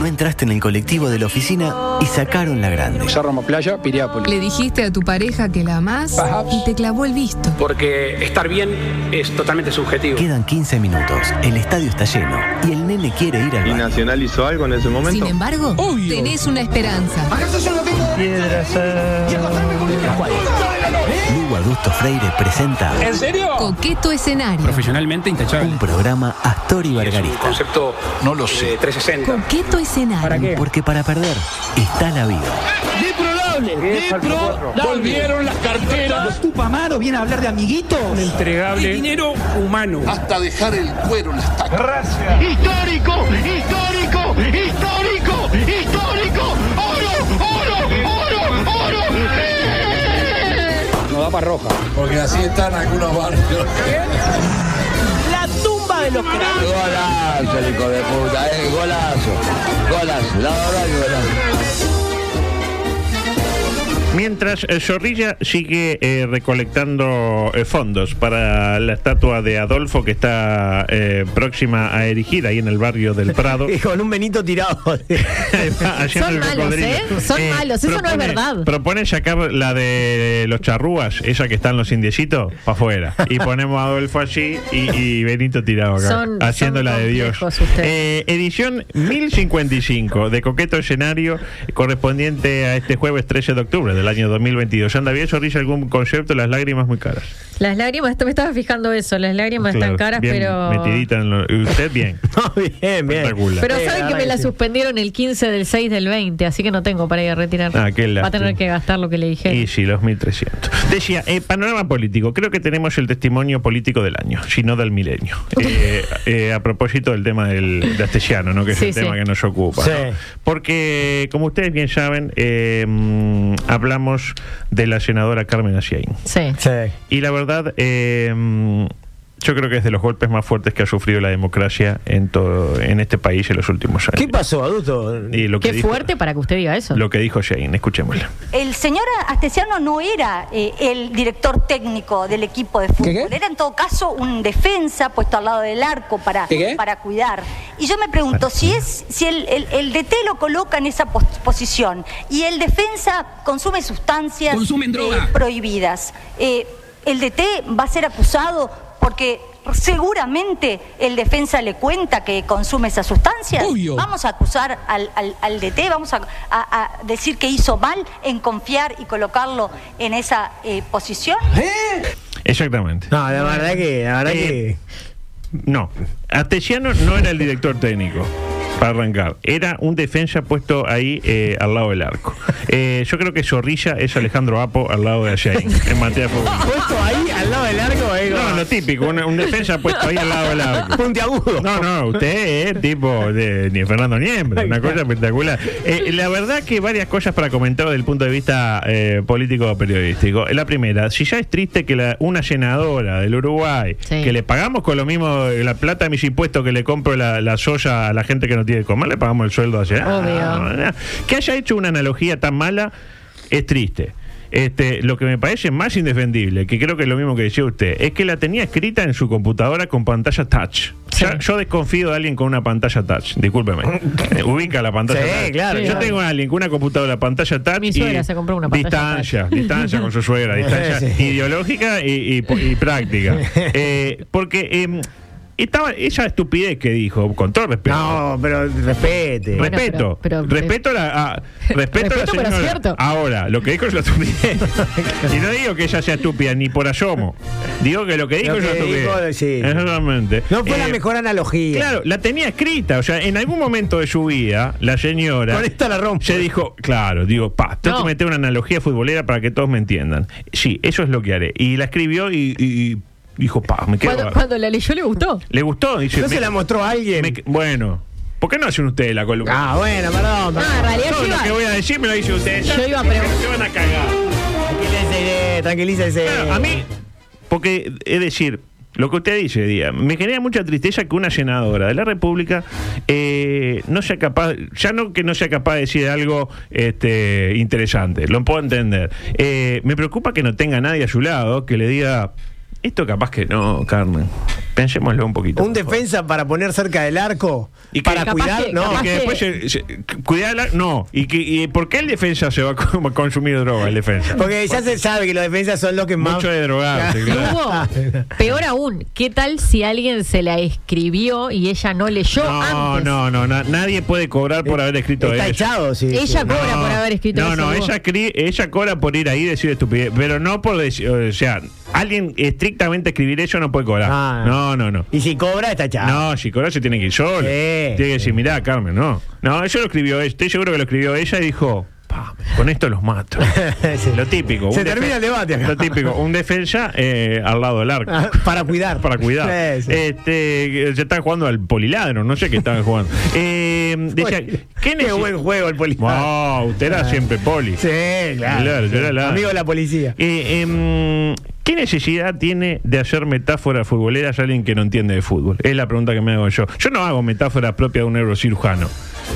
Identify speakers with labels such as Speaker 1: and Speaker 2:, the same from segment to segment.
Speaker 1: No entraste en el colectivo de la oficina y sacaron la grande.
Speaker 2: Cerro Playa, Piriápolis.
Speaker 3: Le dijiste a tu pareja que la amás
Speaker 2: Perhaps.
Speaker 3: y te clavó el visto.
Speaker 4: Porque estar bien es totalmente subjetivo.
Speaker 1: Quedan 15 minutos, el estadio está lleno y el nene quiere ir al
Speaker 5: ¿Y
Speaker 1: baño.
Speaker 5: Nacional hizo algo en ese momento?
Speaker 3: Sin embargo, tenés una esperanza.
Speaker 1: Lugo Adusto Freire presenta
Speaker 3: Coqueto escenario.
Speaker 4: Profesionalmente intachable.
Speaker 1: un programa Astor y Bargarista.
Speaker 4: Concepto eh, no lo sé. 360.
Speaker 3: Coqueto escenario.
Speaker 4: ¿Para qué?
Speaker 1: Porque para perder está la vida.
Speaker 6: Volvieron las carteras
Speaker 7: Tupamaro viene a hablar de amiguito.
Speaker 4: Entregable. Dinero humano.
Speaker 6: hasta dejar el cuero en las tacas.
Speaker 8: histórico, histórico, histórico, histórico, oro, oro, oro, oro.
Speaker 2: Nos da para roja.
Speaker 6: Porque así están algunos barrios.
Speaker 7: La tumba de los cráneos.
Speaker 6: Golazo, hijo de puta, eh, golazo. Golazo, la verdad que golazo.
Speaker 9: Mientras eh, Zorrilla sigue eh, recolectando eh, fondos para la estatua de Adolfo que está eh, próxima a erigir ahí en el barrio del Prado.
Speaker 10: Y con un Benito tirado.
Speaker 9: Haciendo
Speaker 11: Son
Speaker 9: el
Speaker 11: malos,
Speaker 9: cocodrilo.
Speaker 11: ¿eh? Son malos, eso no es verdad.
Speaker 9: Propone sacar la de los charrúas, esa que están los indiecitos, para afuera. Y ponemos a Adolfo allí y, y Benito tirado acá,
Speaker 11: Son-
Speaker 9: haciendo
Speaker 11: son
Speaker 9: la de Dios.
Speaker 11: complejos ustedes.
Speaker 9: Eh, edición 1055 de Coqueto Escenario, correspondiente a este jueves 13 de octubre del año 2022. Anda bien, Zorrilla, algún concepto, las lágrimas muy caras.
Speaker 11: Las lágrimas, esto- me estaba fijando eso, las lágrimas
Speaker 9: Claro,
Speaker 11: están caras,
Speaker 9: bien
Speaker 11: pero...
Speaker 9: metidita en lo- usted bien.
Speaker 10: No, bien, bien.
Speaker 9: Espectacular.
Speaker 11: Pero
Speaker 10: Sí, la
Speaker 11: saben que
Speaker 10: verdad
Speaker 11: me
Speaker 10: que
Speaker 11: la
Speaker 10: sí.
Speaker 11: suspendieron el 15 del 6 del 20, así que no tengo para ir a retirar.
Speaker 9: Ah, qué
Speaker 11: Va a tener
Speaker 9: lástima.
Speaker 11: que gastar lo que le dije.
Speaker 9: Y sí, los 1300. Decía, eh, panorama político. Creo que tenemos el testimonio político del año, si no del milenio. Eh, eh, a propósito del tema del Astesiano, ¿no? que es
Speaker 11: Sí,
Speaker 9: el
Speaker 11: sí.
Speaker 9: tema que nos ocupa.
Speaker 10: Sí.
Speaker 9: ¿no? Porque, como ustedes bien saben, eh, mm, hablamos de la senadora Carmen Asiain.
Speaker 11: Sí.
Speaker 10: Sí.
Speaker 9: Y la verdad, eh, mm, yo creo que es de los golpes más fuertes que ha sufrido la democracia en, todo, en este país en los últimos años.
Speaker 10: ¿Qué pasó, adulto?
Speaker 9: Y lo que
Speaker 11: Qué
Speaker 9: dijo-
Speaker 11: fuerte para que usted diga eso.
Speaker 9: Lo que dijo Shane, escuchémoslo.
Speaker 8: El señor Astesiano no era eh, el director técnico del equipo de fútbol,
Speaker 2: ¿Qué, qué?
Speaker 8: era en todo caso un defensa puesto al lado del arco para,
Speaker 2: ¿Qué, qué?
Speaker 8: para cuidar. Y yo me pregunto, si es si el, el, el DT lo coloca en esa pos- posición y el defensa consume sustancias eh,
Speaker 4: Consumen droga.
Speaker 8: prohibidas, eh, ¿el DT va a ser acusado porque seguramente el defensa le cuenta que consume esas sustancias?
Speaker 4: Obvio.
Speaker 8: Vamos vamos a acusar al, al- al DT, vamos a, a- a decir que hizo mal en confiar y colocarlo en esa eh, posición.
Speaker 9: Exactamente.
Speaker 10: No, la verdad que, la verdad
Speaker 9: Eh,
Speaker 10: que.
Speaker 9: No, Astesiano no era el director técnico. Para arrancar, era un defensa puesto ahí eh, al lado del arco. Eh, yo creo que Zorrilla es Alejandro Apo al lado de Ashain en materia futbolística.
Speaker 10: Puesto ahí al lado del arco, eh,
Speaker 9: No, lo típico, un, un defensa puesto ahí al lado del arco.
Speaker 10: puntiagudo.
Speaker 9: No, no, usted es tipo de ni Fernando Niembro, una cosa espectacular. Eh, la verdad que varias cosas para comentar desde el punto de vista eh, político o periodístico. La primera, si ya es triste que la- una senadora del Uruguay,
Speaker 11: Sí.
Speaker 9: que le pagamos con lo mismo eh, la plata de mis impuestos que le compro la, la soya a la gente que no tiene que comer, le pagamos el sueldo hace
Speaker 11: Obvio.
Speaker 9: Que haya hecho una analogía tan mala es triste. Este, lo que me parece más indefendible, que creo que es lo mismo que decía usted, es que la tenía escrita en su computadora con pantalla touch.
Speaker 11: Sí.
Speaker 9: Ya- yo desconfío de alguien con una pantalla touch, discúlpeme. Eh, Ubica la pantalla
Speaker 10: Sí,
Speaker 9: touch.
Speaker 10: claro,
Speaker 9: yo
Speaker 11: claro.
Speaker 9: tengo a alguien con una computadora pantalla touch.
Speaker 11: Mi suegra se compró una pantalla
Speaker 9: Distancia,
Speaker 11: touch.
Speaker 9: distancia con su suegra, distancia
Speaker 10: Sí, sí.
Speaker 9: ideológica y, y po- y práctica. Eh, porque em, estaba esa estupidez que dijo, con todo respeto.
Speaker 10: No, pero respete.
Speaker 11: Bueno,
Speaker 9: Respeto,
Speaker 11: pero- pero-
Speaker 9: respeto, a la, a- respeto, a la
Speaker 11: Respeto, pero
Speaker 9: señora.
Speaker 11: cierto.
Speaker 9: Ahora, lo que dijo es una estupidez. y no digo que ella sea estúpida, ni por asomo. Digo que lo que dijo
Speaker 10: Lo
Speaker 9: es una
Speaker 10: que dijo,
Speaker 9: estupidez.
Speaker 10: sí.
Speaker 9: Exactamente.
Speaker 10: No fue la
Speaker 9: Eh,
Speaker 10: mejor analogía.
Speaker 9: Claro, la tenía escrita. O sea, en algún momento de su vida, la señora.
Speaker 10: Con esta la rompo.
Speaker 9: Se dijo, claro, digo, pa, tengo
Speaker 11: No.
Speaker 9: que meter una analogía futbolera para que todos me entiendan. Sí, eso es lo que haré. Y la escribió y, y- y dijo, pa, me quedo.
Speaker 11: Cuando, cuando la leyó le gustó.
Speaker 9: Le gustó. Dice,
Speaker 10: No
Speaker 9: me-
Speaker 10: se la mostró a alguien.
Speaker 9: me- bueno, ¿por qué no hacen ustedes la columna?
Speaker 10: Ah, bueno, perdón.
Speaker 11: No,
Speaker 10: perdón.
Speaker 11: en realidad
Speaker 9: Todo
Speaker 11: yo
Speaker 9: lo que
Speaker 11: iba,
Speaker 9: voy a decir me lo dice usted.
Speaker 11: Yo iba a preguntar.
Speaker 9: Se van a cagar.
Speaker 10: Tranquilícese, tranquilícese.
Speaker 9: Claro, a mí, porque es decir, Lo que usted dice, Díaz, me genera mucha tristeza que una senadora de la República eh, no sea capaz, ya no que no sea capaz de decir algo este, interesante, lo puedo entender. Eh, me preocupa que no tenga nadie a su lado que le diga, esto capaz que no, Carmen, pensémoslo un poquito.
Speaker 10: Un
Speaker 9: por favor".
Speaker 10: defensa para poner cerca del arco.
Speaker 9: Y que-
Speaker 10: para
Speaker 9: capaz
Speaker 10: cuidar.
Speaker 11: que-
Speaker 10: no,
Speaker 9: Y que
Speaker 11: que-
Speaker 9: después se- se- cuidarla, no. ¿Y, que, y por qué el defensa se va a co- consumir droga, el defensa?
Speaker 10: porque ya se sabe que los defensas son los que más.
Speaker 9: Mucho de drogarse, claro.
Speaker 11: Hugo, peor aún, ¿qué tal si alguien se la escribió y ella no leyó
Speaker 9: No,
Speaker 11: antes?
Speaker 9: no, no, na- nadie puede cobrar por haber escrito
Speaker 10: Está
Speaker 9: eso.
Speaker 10: echado, sí.
Speaker 11: Ella
Speaker 10: sí.
Speaker 11: cobra por haber escrito
Speaker 9: No,
Speaker 11: eso,
Speaker 9: no,
Speaker 11: Hugo.
Speaker 9: ella, cri- ella cobra por ir ahí y decir estupidez, pero no por decir, o sea, alguien estrictamente escribir eso no puede cobrar.
Speaker 10: Ah,
Speaker 9: no, no, no.
Speaker 10: Y si cobra, está echado.
Speaker 9: No, si cobra se tiene que ir solo.
Speaker 10: Sí.
Speaker 9: Tiene que decir, mirá, Carmen, no. No, eso lo escribió ella, estoy seguro que lo escribió ella y dijo, "Pa, con esto los mato.
Speaker 10: Sí.
Speaker 9: Lo típico.
Speaker 10: Se
Speaker 9: un
Speaker 10: termina
Speaker 9: defen-
Speaker 10: el debate acá.
Speaker 9: Lo típico, un defensa eh, al lado del arco.
Speaker 10: Ah, para cuidar.
Speaker 9: Para cuidar.
Speaker 10: Sí, sí.
Speaker 9: Este, se están jugando al poliladro, no sé qué estaban jugando. Eh, decía,
Speaker 10: Oye, Qué
Speaker 9: ¿qué neci-
Speaker 10: buen juego el policía.
Speaker 9: Wow, usted era siempre poli.
Speaker 10: Sí, claro.
Speaker 9: Claro, yo era la-
Speaker 10: Amigo de la policía.
Speaker 9: Eh, em, ¿Qué necesidad tiene de hacer metáforas futboleras a alguien que no entiende de fútbol? Es la pregunta que me hago yo. Yo no hago metáforas propias de un neurocirujano.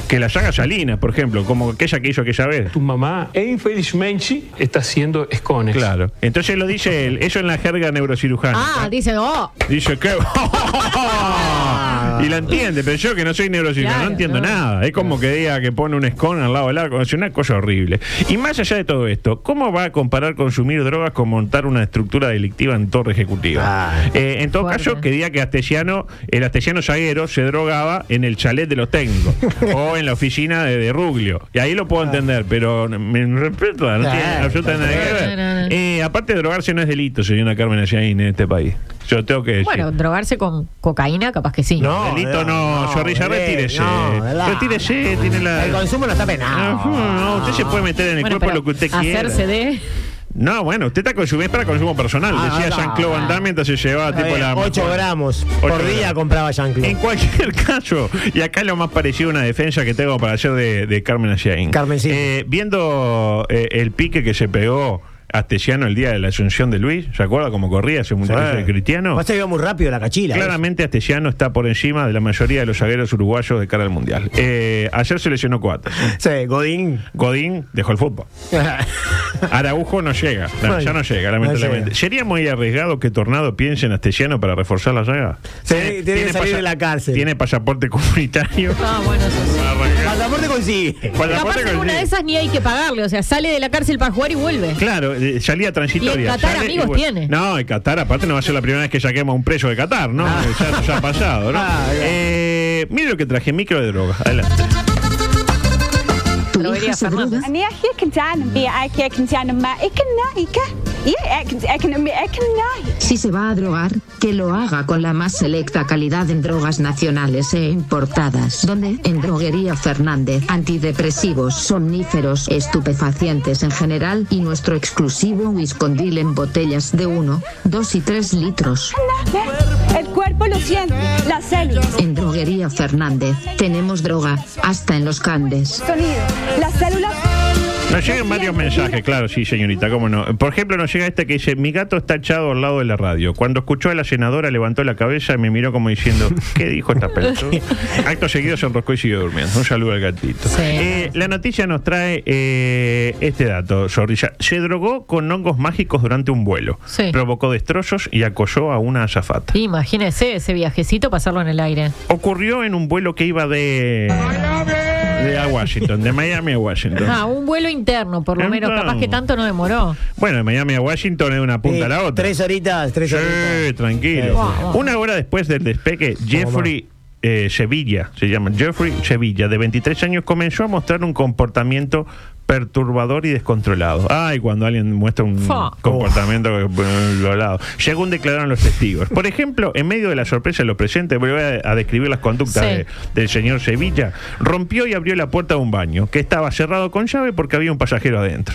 Speaker 9: Que las haga Salinas, por ejemplo, como aquella que hizo aquella vez.
Speaker 12: Tu mamá, e infelizmente, está haciendo escones.
Speaker 9: Claro. Entonces lo dice él, eso en la jerga neurocirujana.
Speaker 11: Ah, dice, oh,
Speaker 9: Dice que. y la entiende, pero yo que no soy neurocirujano
Speaker 11: Claro,
Speaker 9: no entiendo
Speaker 11: no.
Speaker 9: nada. Es como que diga que pone un escón al lado del arco. Es una cosa horrible. Y más allá de todo esto, ¿cómo va a comparar consumir drogas con montar una estructura delictiva en torre ejecutiva?
Speaker 10: Ah.
Speaker 9: Eh, en todo
Speaker 11: Fuerte.
Speaker 9: caso, que diga que Astesiano, el Astesiano Zaguero se drogaba en el chalet de los técnicos o en la oficina de, de Ruglio. Y ahí lo
Speaker 11: Ah.
Speaker 9: puedo entender, pero me respeto, no tiene
Speaker 10: Claro,
Speaker 9: absolutamente nada que ver.
Speaker 11: no, no, no.
Speaker 9: Eh, aparte, drogarse no es delito, señora Carmen Allain, en este país. Yo tengo que decir.
Speaker 11: bueno, drogarse con cocaína, capaz que sí.
Speaker 10: No,
Speaker 9: delito no,
Speaker 10: no,
Speaker 9: Zorrilla,
Speaker 10: bebé,
Speaker 9: retírese.
Speaker 10: no, de la-
Speaker 9: retírese, tiene la.
Speaker 10: El consumo no está
Speaker 9: No,
Speaker 10: penado.
Speaker 9: no, usted se puede meter en el
Speaker 11: Bueno,
Speaker 9: cuerpo
Speaker 11: pero
Speaker 9: lo que usted quiera.
Speaker 11: hacerse de...
Speaker 9: No, bueno, usted está consumiendo es para consumo personal.
Speaker 10: Ah,
Speaker 9: Decía
Speaker 10: no,
Speaker 9: Jean-Claude Van Damme mientras se llevaba tipo la.
Speaker 10: 8 gramos por
Speaker 9: Ocho
Speaker 10: día
Speaker 9: gramos.
Speaker 10: compraba Jean-Claude.
Speaker 9: En cualquier caso, y acá lo más parecido a una defensa que tengo para hacer de, de Carmen Asiaín.
Speaker 10: Carmen, sí.
Speaker 9: Eh, viendo eh, el pique que se pegó Astesiano el día de la Asunción de Luis, ¿se acuerda cómo corría ese muchacho de cristiano?
Speaker 10: Pasa que iba muy rápido la cachila. ¿eh?
Speaker 9: Claramente Astesiano está por encima de la mayoría de los zagueros uruguayos de cara al Mundial. Eh, ayer se lesionó cuatro.
Speaker 10: Sí, Godín.
Speaker 9: Godín dejó el fútbol. Araujo no llega, No,
Speaker 10: Bueno,
Speaker 9: ya no llega,
Speaker 10: no
Speaker 9: lamentablemente.
Speaker 10: llega.
Speaker 9: ¿Sería muy arriesgado que Tornado piense en Astesiano para reforzar la saga?
Speaker 10: Sí, tiene que salir de la cárcel.
Speaker 9: Tiene pasaporte comunitario.
Speaker 11: Ah, bueno, eso sí.
Speaker 9: Para arrancar.
Speaker 10: Pasaporte consigue.
Speaker 11: Capaz
Speaker 9: Pasaporte
Speaker 11: en una
Speaker 9: consigue.
Speaker 11: de esas ni hay que pagarle, o sea, sale de la cárcel para jugar y vuelve.
Speaker 9: Claro, eh, salía transitoria.
Speaker 11: Y en Qatar
Speaker 9: Sale
Speaker 11: amigos
Speaker 9: bueno.
Speaker 11: tiene.
Speaker 9: No, en Qatar aparte no va a ser la primera vez que saquemos a un preso de Qatar, ¿no? Ya, ya ha pasado, ¿no?
Speaker 10: Ah, bien.
Speaker 9: Eh, mire lo que traje, micro de droga. Adelante.
Speaker 11: Lo vería Fernández.
Speaker 3: Si se va a drogar, que lo haga con la más selecta calidad en drogas nacionales e importadas. Donde, en Droguería Fernández, antidepresivos, somníferos, estupefacientes en general y nuestro exclusivo Wiscondil en botellas de 1, 2 y 3 litros.
Speaker 8: El cuerpo lo siente, las células,
Speaker 3: En Droguería Fernández, tenemos droga, hasta en los candes.
Speaker 8: sonido, las células.
Speaker 9: Nos llegan varios mensajes, claro, sí, señorita, cómo no. Por ejemplo, nos llega este que dice, mi gato está echado al lado de la radio. Cuando escuchó a la senadora, levantó la cabeza y me miró como diciendo, ¿qué dijo esta pelotuda? Acto seguido se enroscó y siguió durmiendo. Un saludo al gatito.
Speaker 11: Sí.
Speaker 9: Eh, la noticia nos trae eh, este dato, Zorrilla. Se drogó con hongos mágicos durante un vuelo.
Speaker 11: Sí.
Speaker 9: Provocó destrozos y acosó a una azafata.
Speaker 11: Imagínese ese viajecito pasarlo en el aire.
Speaker 9: Ocurrió en un vuelo que iba de... De a Washington, de Miami a Washington.
Speaker 11: Ah, un vuelo interno, por lo menos.
Speaker 9: Entramos.
Speaker 11: Capaz que tanto no demoró.
Speaker 9: Bueno, de Miami a Washington es una punta
Speaker 10: Sí,
Speaker 9: a la otra.
Speaker 10: Eh, Tres horitas, tres
Speaker 9: Sí,
Speaker 10: horitas.
Speaker 9: tranquilo.
Speaker 11: Wow.
Speaker 9: Una hora después del despegue, Jeffrey eh, Sevilla, se llama Jeffrey Sevilla, de 23 años, comenzó a mostrar un comportamiento perturbador y descontrolado. Ay, cuando alguien muestra un
Speaker 11: Fa.
Speaker 9: comportamiento que- eh, lo lado. Según declararon los testigos. Por ejemplo, en medio de la sorpresa de los presentes, voy a, a describir las conductas
Speaker 11: Sí.
Speaker 9: de- del señor Sevilla, rompió y abrió la puerta de un baño que estaba cerrado con llave porque había un pasajero adentro.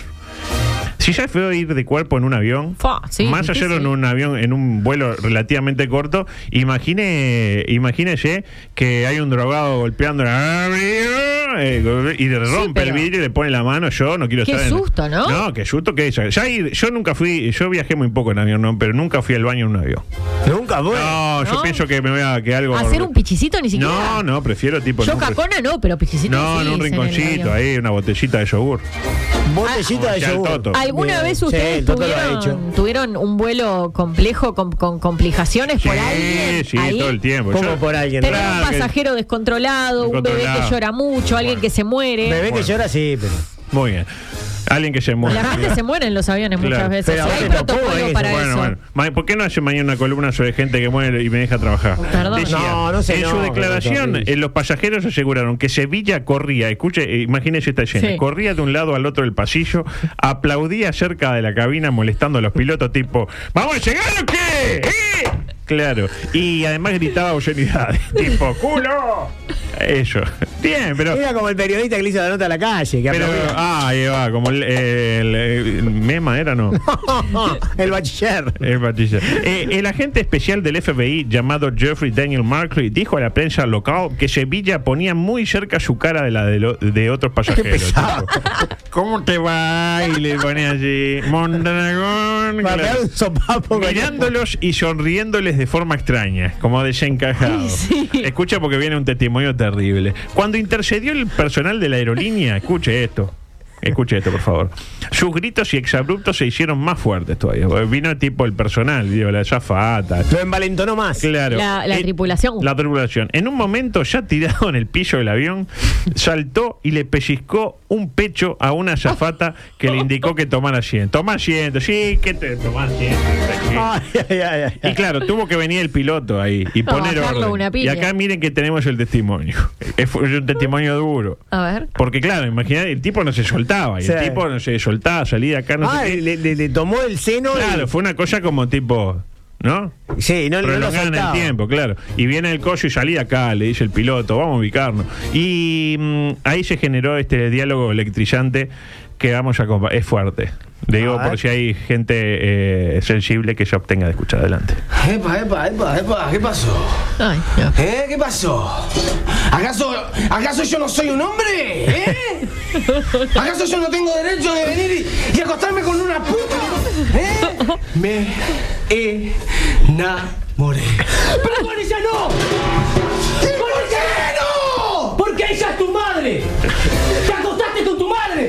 Speaker 9: Si ya es feo ir de cuerpo en un avión,
Speaker 11: Fa, sí,
Speaker 9: más
Speaker 11: difícil.
Speaker 9: ayer en un avión, en un vuelo relativamente corto, imagine, imagínese que hay un drogado golpeando la- eh, y le rompe el
Speaker 11: pero-
Speaker 9: vidrio y le pone la mano. Yo no quiero
Speaker 11: Qué
Speaker 9: estar en-
Speaker 11: susto, ¿no?
Speaker 9: No, qué susto que eso. Ya ir- yo nunca fui, yo viajé muy poco en avión, no, pero nunca fui al baño en un avión.
Speaker 10: Nunca voy.
Speaker 9: No, yo
Speaker 11: ¿No?
Speaker 9: pienso que me voy a que algo.
Speaker 11: Hacer un pichicito ni siquiera.
Speaker 9: No, pues no, prefiero tipo. en
Speaker 11: Yo
Speaker 9: un re-
Speaker 11: cacona no, pero pichicito
Speaker 9: No, en
Speaker 11: sí,
Speaker 9: un
Speaker 11: hice el
Speaker 9: rinconcito,
Speaker 11: avión.
Speaker 9: ahí, una botellita de yogur.
Speaker 10: Botellita de
Speaker 9: Ah. Ya el
Speaker 10: yogur.
Speaker 9: Toto.
Speaker 11: ¿Alguna
Speaker 10: Bien.
Speaker 11: vez
Speaker 10: Sí,
Speaker 11: ustedes
Speaker 10: el Toto lo ha
Speaker 11: tuvieron,
Speaker 10: hecho.
Speaker 11: tuvieron un vuelo complejo con, con complicaciones por
Speaker 9: Sí,
Speaker 11: alguien?
Speaker 9: sí,
Speaker 11: ahí?
Speaker 9: todo el tiempo.
Speaker 10: ¿Cómo por alguien?
Speaker 11: Tener
Speaker 9: Claro
Speaker 11: un
Speaker 9: que-
Speaker 11: pasajero descontrolado, un bebé que
Speaker 9: Descontrolado.
Speaker 11: llora mucho, alguien que se muere.
Speaker 10: Bebé
Speaker 9: Bueno.
Speaker 10: que llora, sí, pero.
Speaker 9: Muy bien. Alguien que se muere.
Speaker 11: La gente se muere en los aviones muchas
Speaker 9: Claro.
Speaker 11: veces.
Speaker 10: Pero
Speaker 11: Hay
Speaker 10: ahora tampoco
Speaker 11: protocolo
Speaker 10: es
Speaker 11: para
Speaker 9: bueno,
Speaker 11: eso.
Speaker 9: bueno. Ma- ¿Por qué no hace mañana una columna sobre gente que muere y me deja trabajar?
Speaker 11: Perdón.
Speaker 10: No, no sé,
Speaker 9: En su
Speaker 10: no,
Speaker 9: declaración,
Speaker 10: Roberto, sí.
Speaker 9: eh, los pasajeros aseguraron que Sevilla corría, escuche, eh, imagínese esta escena,
Speaker 11: Sí.
Speaker 9: corría de un lado al otro del pasillo, aplaudía cerca de la cabina molestando a los pilotos, tipo, ¿vamos a llegar o qué? ¿Eh?". Claro. Y además gritaba obscenidades, tipo, ¡culo! Eso. Bien, pero.
Speaker 10: Era como el periodista que le hizo la nota a la calle. Que
Speaker 9: Pero,
Speaker 10: aplaudía.
Speaker 9: ah, ahí va, como el, el- el- Mema era, ¿no?
Speaker 10: el bachiller.
Speaker 9: El Patricia. Eh, el agente especial del FBI llamado Jeffrey Daniel Markley dijo a la prensa local que Sevilla ponía muy cerca su cara de la de, lo- de otros pasajeros.
Speaker 10: pesado.
Speaker 9: tipo. ¿Cómo te va? Y le pone allí Mondragón.
Speaker 10: Para pegar un sopapo.
Speaker 9: Mirándolos y sonriéndoles de forma extraña, como desencajado.
Speaker 11: Sí.
Speaker 9: Escucha porque viene un testimonio terrible. Cuando intercedió el personal de la aerolínea, escuche esto. Escuche esto, por favor. Sus gritos y exabruptos se hicieron más fuertes todavía. porque Vino tipo el personal, digo, la zafata.
Speaker 10: Lo envalentonó más.
Speaker 9: Claro.
Speaker 11: La- la
Speaker 9: Eh,
Speaker 11: tripulación.
Speaker 9: La tripulación. En un momento, ya tirado en el piso del avión, saltó y le pellizcó un pecho a una azafata que le indicó que tomara asiento. Toma asiento, sí, que te toma asiento. Sí.
Speaker 10: Ay, ay, ay, ay.
Speaker 9: Y claro, tuvo que venir el piloto ahí y
Speaker 11: No,
Speaker 9: poner
Speaker 11: Carlos,
Speaker 9: orden.
Speaker 11: una
Speaker 9: y
Speaker 11: piña.
Speaker 9: acá miren que tenemos el testimonio. Es fue un testimonio duro.
Speaker 11: A ver.
Speaker 9: Porque claro, imaginar el tipo no se soltaba. Y el
Speaker 10: Sí.
Speaker 9: tipo no se soltaba, salía acá, no
Speaker 10: Ah,
Speaker 9: sé qué.
Speaker 10: le, le- le tomó el seno. y-
Speaker 9: Claro, fue una cosa como tipo, ¿no?
Speaker 10: Sí, no, no lo
Speaker 9: Prolongaron el
Speaker 10: soltaba.
Speaker 9: tiempo, claro. Y viene el coche y salí acá, le dice el piloto, vamos a ubicarnos. Y mm, ahí se generó este diálogo electrizante que vamos a compa- Es fuerte. Le digo
Speaker 10: A ver.
Speaker 9: por si hay gente eh, sensible que se obtenga de escuchar adelante.
Speaker 7: Epa, epa, epa, epa, ¿qué pasó?
Speaker 11: Ay, no.
Speaker 7: ¿Eh? ¿Qué pasó? ¿Acaso, ¿Acaso yo no soy un hombre? ¿Eh? ¿Acaso yo no tengo derecho de venir y, y acostarme con una puta? ¿Eh? Me enamoré. ¡Pero con ella no! ¡Con ella no! Porque ella es tu madre. ¡Te acostaste con tu madre!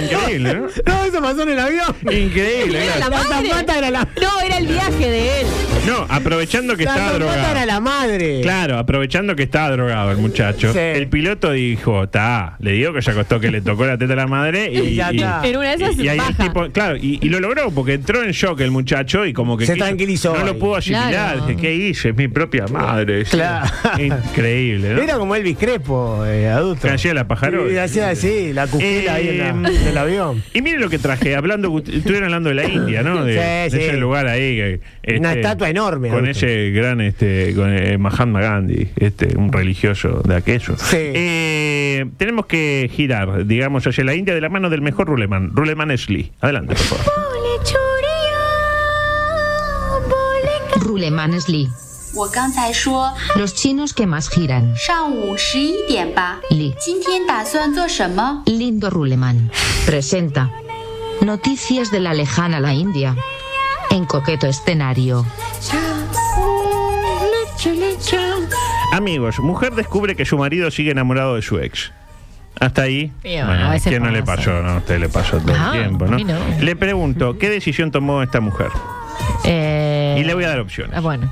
Speaker 9: Increíble, ¿no?
Speaker 10: No, eso pasó en el avión.
Speaker 9: Increíble.
Speaker 11: ¿Era la
Speaker 9: claro.
Speaker 11: madre?
Speaker 10: azafata era la-
Speaker 11: No, era el viaje de él.
Speaker 9: No, aprovechando que
Speaker 10: La
Speaker 9: estaba
Speaker 10: azafata
Speaker 9: drogado.
Speaker 10: era la madre.
Speaker 9: Claro, aprovechando que estaba drogado el muchacho,
Speaker 10: Sí.
Speaker 9: el piloto dijo, está, le digo que se acostó, que le tocó la teta a la madre y,
Speaker 10: Y ya está.
Speaker 11: En una de esas
Speaker 9: y- y ahí el
Speaker 11: baja.
Speaker 9: tipo- claro, y, y lo logró porque entró en shock el muchacho y como que
Speaker 10: Se tranquilizó
Speaker 9: No lo
Speaker 10: ahí.
Speaker 9: pudo asimilar,
Speaker 11: Claro.
Speaker 9: dije, ¿qué hice? Es mi propia madre. Sí.
Speaker 10: Claro.
Speaker 9: Increíble, ¿no?
Speaker 10: Era como Elvis Crespo, eh, adulto.
Speaker 9: ¿Eh? Que hacía la pajarona.
Speaker 10: Y hacía así, la cupila ahí en, la-
Speaker 9: Eh,
Speaker 10: en el avión.
Speaker 9: Y mire lo que traje, hablando, estuvieron hablando de la India, ¿no? De,
Speaker 10: Sí,
Speaker 9: de
Speaker 10: sí.
Speaker 9: ese lugar ahí. que, este,
Speaker 10: Una estatua enorme,
Speaker 9: Con
Speaker 10: adulto.
Speaker 9: ese gran, este, con eh, Mahatma Gandhi, este, un religioso de aquellos.
Speaker 10: Sí.
Speaker 9: Eh, tenemos que girar, digamos, hacia la India de la mano del mejor Ruleman, Ruleman Esli. Adelante, por favor.
Speaker 3: Rulemanes Li.
Speaker 5: 我刚才说
Speaker 3: Los chinos que más giran.
Speaker 5: 上午十一点吧。
Speaker 3: Li.
Speaker 5: 今天打算做什么？
Speaker 3: Lindo Ruleman. Presenta. Noticias de la lejana la India. En coqueto escenario.
Speaker 9: Amigos, mujer descubre que su marido sigue enamorado de su ex. Hasta ahí.
Speaker 11: Bien, a veces
Speaker 9: ¿Quién no le
Speaker 11: pasa.
Speaker 9: pasó? No, a usted le pasó todo
Speaker 11: Ah,
Speaker 9: el tiempo, ¿no?
Speaker 11: a mí no.
Speaker 9: Le pregunto, ¿qué decisión tomó esta mujer?
Speaker 11: Eh,
Speaker 9: Y le voy a dar opciones.
Speaker 11: Ah, bueno.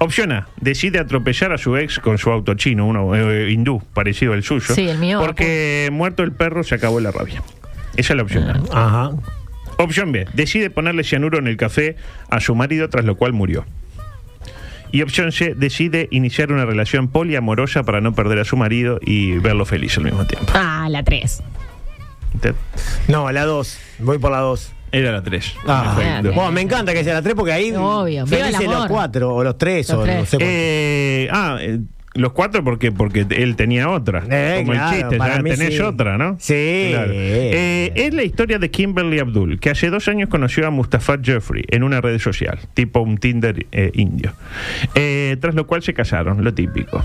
Speaker 9: Opción A, decide atropellar a su ex con su auto chino, uno eh, hindú, parecido al suyo.
Speaker 11: Sí, el mío,
Speaker 9: Porque muerto el perro se acabó la rabia. Esa es la opción A.
Speaker 10: Ajá.
Speaker 9: Opción B, decide ponerle cianuro en el café a su marido, tras lo cual murió. Y opción C, decide iniciar una relación poliamorosa para no perder a su marido y verlo feliz al mismo tiempo.
Speaker 11: Ah, la 3.
Speaker 9: Usted-
Speaker 10: No, la 2. Voy por la 2.
Speaker 9: Era la 3.
Speaker 10: Ah,
Speaker 11: Perfecto. bien.
Speaker 10: bueno, me encanta que sea la 3 porque ahí
Speaker 11: Obvio, viva el
Speaker 10: felices
Speaker 11: amor.
Speaker 10: los 4 o los 3
Speaker 11: Los
Speaker 10: o
Speaker 11: tres.
Speaker 10: no sé cuánto.
Speaker 9: ah, eh, los cuatro, ¿por qué? Porque él tenía otra.
Speaker 10: Eh,
Speaker 9: como
Speaker 10: claro,
Speaker 9: el chiste,
Speaker 10: para
Speaker 9: ya
Speaker 10: mí
Speaker 9: tenés
Speaker 10: sí.
Speaker 9: otra, ¿no?
Speaker 10: Sí.
Speaker 9: Claro. Eh, es la historia de Kimberly Abdul, que hace dos años conoció a Mustafa Jeffrey en una red social, tipo un Tinder eh, indio. Eh, tras lo cual se casaron, lo típico.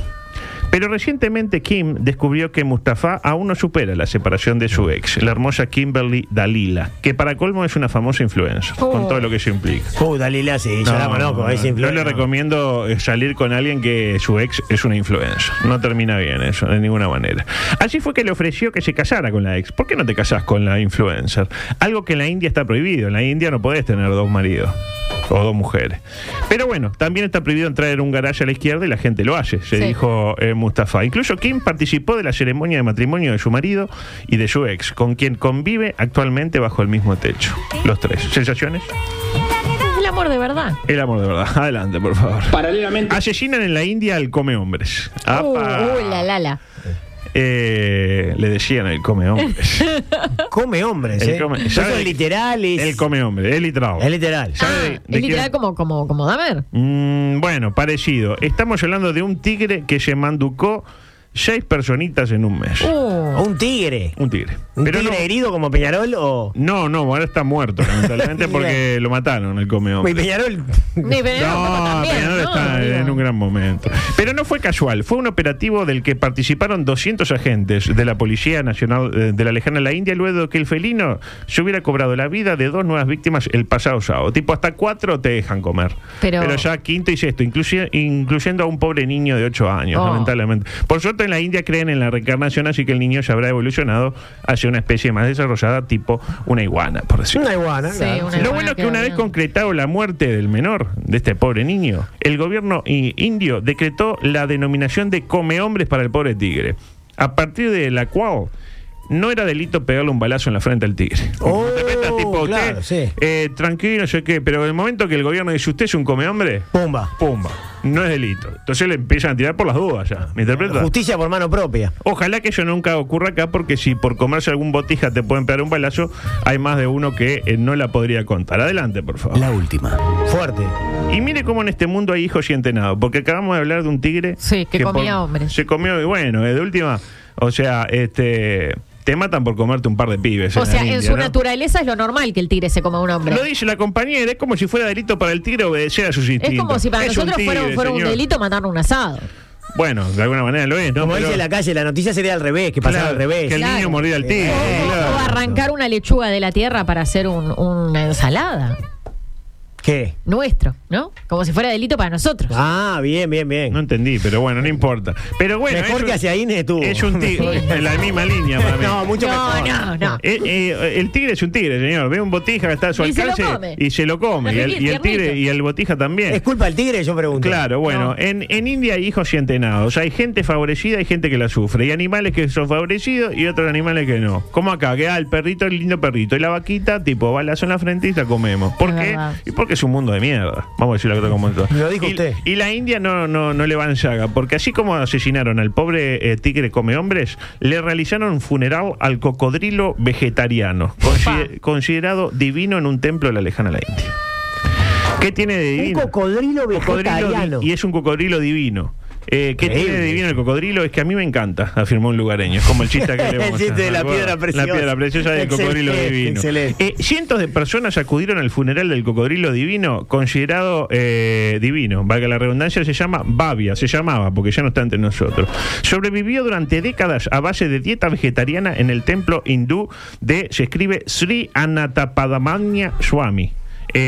Speaker 9: Pero recientemente Kim descubrió que Mustafa aún no supera la separación de su ex, la hermosa Kimberly Dalila, que para colmo es una famosa influencer, con todo lo que eso implica.
Speaker 10: Uh, Dalila, sí, yo la conozco. es
Speaker 9: Yo le
Speaker 10: influencer.
Speaker 9: recomiendo eh, salir con alguien que su ex es una influencer. No termina bien eso, de ninguna manera. Así fue que le ofreció que se casara con la ex. ¿Por qué no te casás con la influencer? Algo que en la India está prohibido. En la India no podés tener dos maridos. O dos mujeres. Pero bueno, también está prohibido entrar en un garaje a la izquierda y la gente lo hace, se
Speaker 11: Sí.
Speaker 9: dijo eh, Mustafa. Incluso Kim participó de la ceremonia de matrimonio de su marido y de su ex, con quien convive actualmente bajo el mismo techo. Los tres. ¿Sensaciones?
Speaker 11: El amor de verdad.
Speaker 9: El amor de verdad. Adelante, por favor.
Speaker 4: Paralelamente.
Speaker 13: Ah,
Speaker 9: Asesinan en la India al come hombres.
Speaker 11: Uh,
Speaker 10: Oh,
Speaker 11: uh, la, la, la.
Speaker 9: Eh, le decían el come hombres.
Speaker 10: Come hombres,
Speaker 9: El
Speaker 10: ¿eh?
Speaker 9: come-
Speaker 10: No
Speaker 9: ¿sabe?
Speaker 10: son literales.
Speaker 9: el come hombre, el literal.
Speaker 10: Es literal.
Speaker 9: ¿Sabe de-
Speaker 11: Ah, Es
Speaker 9: de quién?
Speaker 11: literal como, como, como Damer.
Speaker 9: Mm, bueno, parecido. Estamos hablando de un tigre que se manducó seis personitas en un mes.
Speaker 11: Uh,
Speaker 10: Un tigre.
Speaker 9: Un tigre.
Speaker 10: Oh. ¿Un
Speaker 9: Pero
Speaker 10: tigre
Speaker 9: no-
Speaker 10: herido como Peñarol o.?
Speaker 9: no, no, ahora está muerto, lamentablemente, porque lo mataron el come
Speaker 10: Uy,
Speaker 9: hombre.
Speaker 10: Peñarol.
Speaker 11: ni veneno,
Speaker 9: No,
Speaker 11: como también,
Speaker 9: Peñarol
Speaker 11: ¿no?
Speaker 9: está
Speaker 11: Digo.
Speaker 9: en un gran momento. Pero no fue casual, fue un operativo del que participaron 200 agentes de la Policía Nacional eh, de la Lejana la India luego de que el felino se hubiera cobrado la vida de dos nuevas víctimas el pasado sábado. Tipo, hasta cuatro te dejan comer.
Speaker 11: Pero-
Speaker 9: ya quinto y sexto, inclusi- incluyendo a un pobre niño de 8 años,
Speaker 11: Oh.
Speaker 9: lamentablemente. Por suerte en la India creen en la reencarnación, así que el niño ya habrá evolucionado hacia una especie más desarrollada, tipo una iguana, por decirlo
Speaker 10: Una iguana.
Speaker 11: Sí,
Speaker 10: claro.
Speaker 9: lo
Speaker 11: una iguana
Speaker 9: bueno es que
Speaker 11: queda
Speaker 9: una vez
Speaker 11: bien.
Speaker 9: concretado la muerte del menor, de este pobre niño, el gobierno i- indio decretó la denominación de come hombres para el pobre tigre, a partir de la cual no era delito pegarle un balazo en la frente al tigre.
Speaker 10: Oh,
Speaker 9: Interpreta, tipo,
Speaker 10: claro,
Speaker 9: usted,
Speaker 10: sí.
Speaker 9: eh, tranquilo, yo qué, pero en el momento que el gobierno dice usted es un come hombre,
Speaker 10: Pumba.
Speaker 9: pumba, no es delito. Entonces le empiezan a tirar por las dudas ya. ¿Me interpreta?
Speaker 10: Justicia por mano propia.
Speaker 9: Ojalá que eso nunca ocurra acá, porque si por comerse algún botija te pueden pegar un balazo, hay más de uno que eh, no la podría contar. Adelante, por favor.
Speaker 1: La última.
Speaker 10: Fuerte.
Speaker 9: Y mire cómo en este mundo hay hijos y entrenados, porque acabamos de hablar de un tigre
Speaker 11: Sí, que comía hombres.
Speaker 9: Se comió, y bueno, eh, de última, o sea, este te matan por comerte un par de pibes.
Speaker 11: O
Speaker 9: la
Speaker 11: sea, en
Speaker 9: India,
Speaker 11: su
Speaker 9: ¿no?
Speaker 11: naturaleza es lo normal que el tigre se coma a un hombre.
Speaker 9: Lo dice la compañera, es como si fuera delito para el tigre obedecer a sus instintos.
Speaker 11: Es como si para
Speaker 9: Es un
Speaker 11: nosotros fuera,
Speaker 9: tigre,
Speaker 11: fuera un
Speaker 9: señor.
Speaker 11: delito matar un asado.
Speaker 9: Bueno, de alguna manera lo es, ¿no?
Speaker 10: Como
Speaker 9: Pero-
Speaker 10: dice la calle, la noticia sería al revés, que pasara
Speaker 9: Claro,
Speaker 10: al revés.
Speaker 9: que el niño mordiera al tigre.
Speaker 11: Oh,
Speaker 10: Eh,
Speaker 9: claro.
Speaker 11: O arrancar una lechuga de la tierra para hacer un- una ensalada.
Speaker 10: ¿Qué?
Speaker 11: Nuestro, ¿no? Como si fuera delito para nosotros.
Speaker 10: Ah, bien, bien, bien.
Speaker 9: No entendí, pero bueno, no importa. Pero bueno,
Speaker 10: Mejor
Speaker 9: es
Speaker 10: que
Speaker 9: un-
Speaker 10: hacia Inés estuvo.
Speaker 9: Es un tigre, en la misma línea para mí.
Speaker 10: No, mucho
Speaker 11: no,
Speaker 10: mejor. Ah,
Speaker 11: no, no.
Speaker 9: Eh, eh, el tigre es un tigre, señor. Ve un botija que está a su
Speaker 11: Y se lo
Speaker 9: alcance
Speaker 11: come.
Speaker 9: y se lo come. Y el, y el tigre y el botija también.
Speaker 10: ¿Es culpa del tigre? Yo pregunto.
Speaker 9: Claro, bueno, en, en India hay hijos y entrenados. Hay gente favorecida y gente que la sufre. Y animales que son favorecidos y otros animales que no. Como acá, que ah, el perrito, el lindo perrito. Y la vaquita, tipo, balazo en la frente y la comemos. ¿Por
Speaker 11: Es
Speaker 9: qué?
Speaker 11: verdad.
Speaker 9: Y porque es un mundo de mierda. Vamos a decir la cosa como es.
Speaker 10: Lo dijo
Speaker 9: y,
Speaker 10: usted.
Speaker 9: Y la India no, no, no le van llaga. Porque así como asesinaron al pobre eh, tigre come hombres, le realizaron un funeral al cocodrilo vegetariano. consider- considerado divino en un templo de la lejana la India. ¿Qué tiene de
Speaker 10: Un
Speaker 9: divino?
Speaker 10: cocodrilo
Speaker 9: cocodrilo
Speaker 10: vegetariano.
Speaker 9: di- y es un cocodrilo divino. Eh, ¿Qué
Speaker 10: Increíble.
Speaker 9: tiene de divino el cocodrilo? Es que a mí me encanta, afirmó un lugareño. Es como el chiste que le
Speaker 10: El
Speaker 9: vamos a-
Speaker 10: chiste de la
Speaker 9: ¿no?
Speaker 10: piedra preciosa.
Speaker 9: La piedra preciosa del
Speaker 10: Excelente,
Speaker 9: cocodrilo divino.
Speaker 10: excelente.
Speaker 9: Eh, cientos de personas acudieron al funeral del cocodrilo divino, considerado eh, divino. Valga la redundancia, se llama Babia, se llamaba, porque ya no está entre nosotros. Sobrevivió durante décadas a base de dieta vegetariana en el templo hindú de, se escribe Sri Anatapadamanya Swami.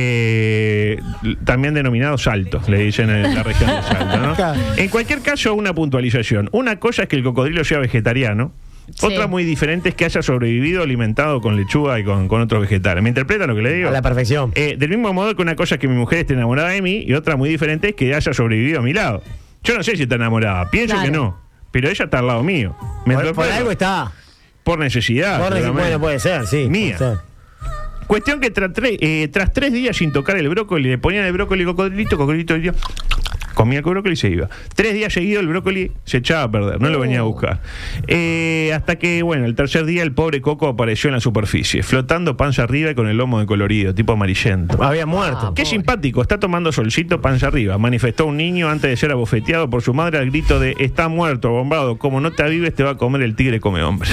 Speaker 9: Eh, l- también denominado salto, le dicen en la región de Salto. ¿no?
Speaker 10: Claro.
Speaker 9: En cualquier caso, una puntualización. Una cosa es que el cocodrilo sea vegetariano.
Speaker 11: Sí.
Speaker 9: Otra muy diferente es que haya sobrevivido alimentado con lechuga y con, con otros vegetales. ¿Me interpretan lo que le digo?
Speaker 10: A la perfección.
Speaker 9: Eh, del mismo modo que una cosa es que mi mujer esté enamorada de mí y otra muy diferente es que haya sobrevivido a mi lado. Yo no sé si está enamorada, pienso
Speaker 11: Claro.
Speaker 9: que no, pero ella está al lado mío. ¿Me
Speaker 10: Por, por
Speaker 9: interpretan?
Speaker 10: algo está.
Speaker 9: Por necesidad.
Speaker 10: Por decir,
Speaker 9: claramente.
Speaker 10: bueno, puede ser, sí.
Speaker 9: Mía.
Speaker 10: puede ser.
Speaker 9: Cuestión que tra- tre- eh, tras tres días sin tocar el brócoli, le ponían el brócoli cocodrilito, cocodrilito, y yo, Comía el brócoli y se iba. Tres días seguidos el brócoli se echaba a perder, no lo venía a buscar. Eh, hasta que, bueno, el tercer día el pobre Coco apareció en la superficie, flotando panza arriba y con el lomo de colorido, tipo amarillento. Ah,
Speaker 10: Había muerto.
Speaker 9: Qué simpático, está tomando solcito panza arriba. Manifestó un niño antes de ser abofeteado por su madre al grito de está muerto, bombado, como no te avives te va a comer el tigre come hombres.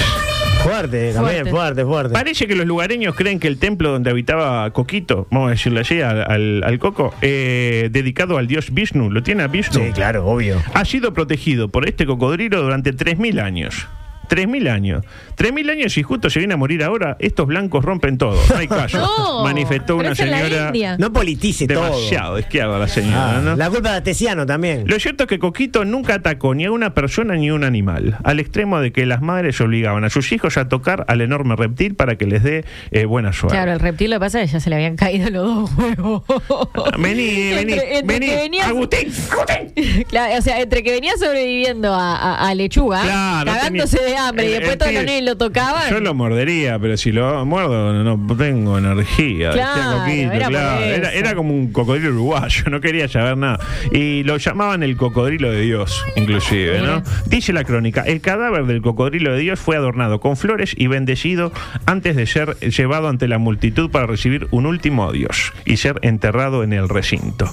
Speaker 10: Fuerte, también, fuerte, fuerte.
Speaker 9: Parece que los lugareños creen que el templo donde habitaba Coquito, vamos a decirle así al, al- al Coco, eh, dedicado al dios Vishnu, lo tiene a Vishnu,
Speaker 10: Sí, claro, obvio.
Speaker 9: ha sido protegido por este cocodrilo durante 3.000 años. 3.000 años. 3.000 años y justo se viene a morir ahora, estos blancos rompen todo. No hay callo.
Speaker 11: No,
Speaker 9: Manifestó
Speaker 11: pero
Speaker 9: una
Speaker 11: es en la
Speaker 9: señora...
Speaker 11: India.
Speaker 10: No politice todo.
Speaker 9: Demasiado izquierda la señora,
Speaker 10: Ah,
Speaker 9: ¿no?
Speaker 10: La culpa de Atesiano también.
Speaker 9: Lo cierto es que Coquito nunca atacó ni a una persona ni a un animal, al extremo de que las madres obligaban a sus hijos a tocar al enorme reptil para que les dé eh, buena suerte.
Speaker 11: Claro, el reptil lo que pasa es que ya se le habían caído los dos huevos.
Speaker 9: Ah, Vení, vení,
Speaker 11: Entre- entre
Speaker 9: vení.
Speaker 11: que venías-
Speaker 9: Agustín, Agustín.
Speaker 11: Claro, o sea, entre que venía sobreviviendo a, a- a lechuga,
Speaker 9: Claro,
Speaker 11: cagándose
Speaker 9: tenía-
Speaker 11: de hambre, y
Speaker 9: el-
Speaker 11: después
Speaker 9: el
Speaker 11: todos los
Speaker 9: pibe-
Speaker 11: nenes lo tocaban.
Speaker 9: Yo lo mordería, pero si lo muerdo no, no tengo energía. decía
Speaker 11: Claro,
Speaker 9: Coquito,
Speaker 11: era por
Speaker 9: claro.
Speaker 11: eso.
Speaker 9: Era, era como un cocodrilo uruguayo, no quería saber nada. Y lo llamaban el cocodrilo de Dios, inclusive, ¿no? Dice la crónica, el cadáver del cocodrilo de Dios fue adornado con flores y bendecido antes de ser llevado ante la multitud para recibir un último adiós y ser enterrado en el recinto.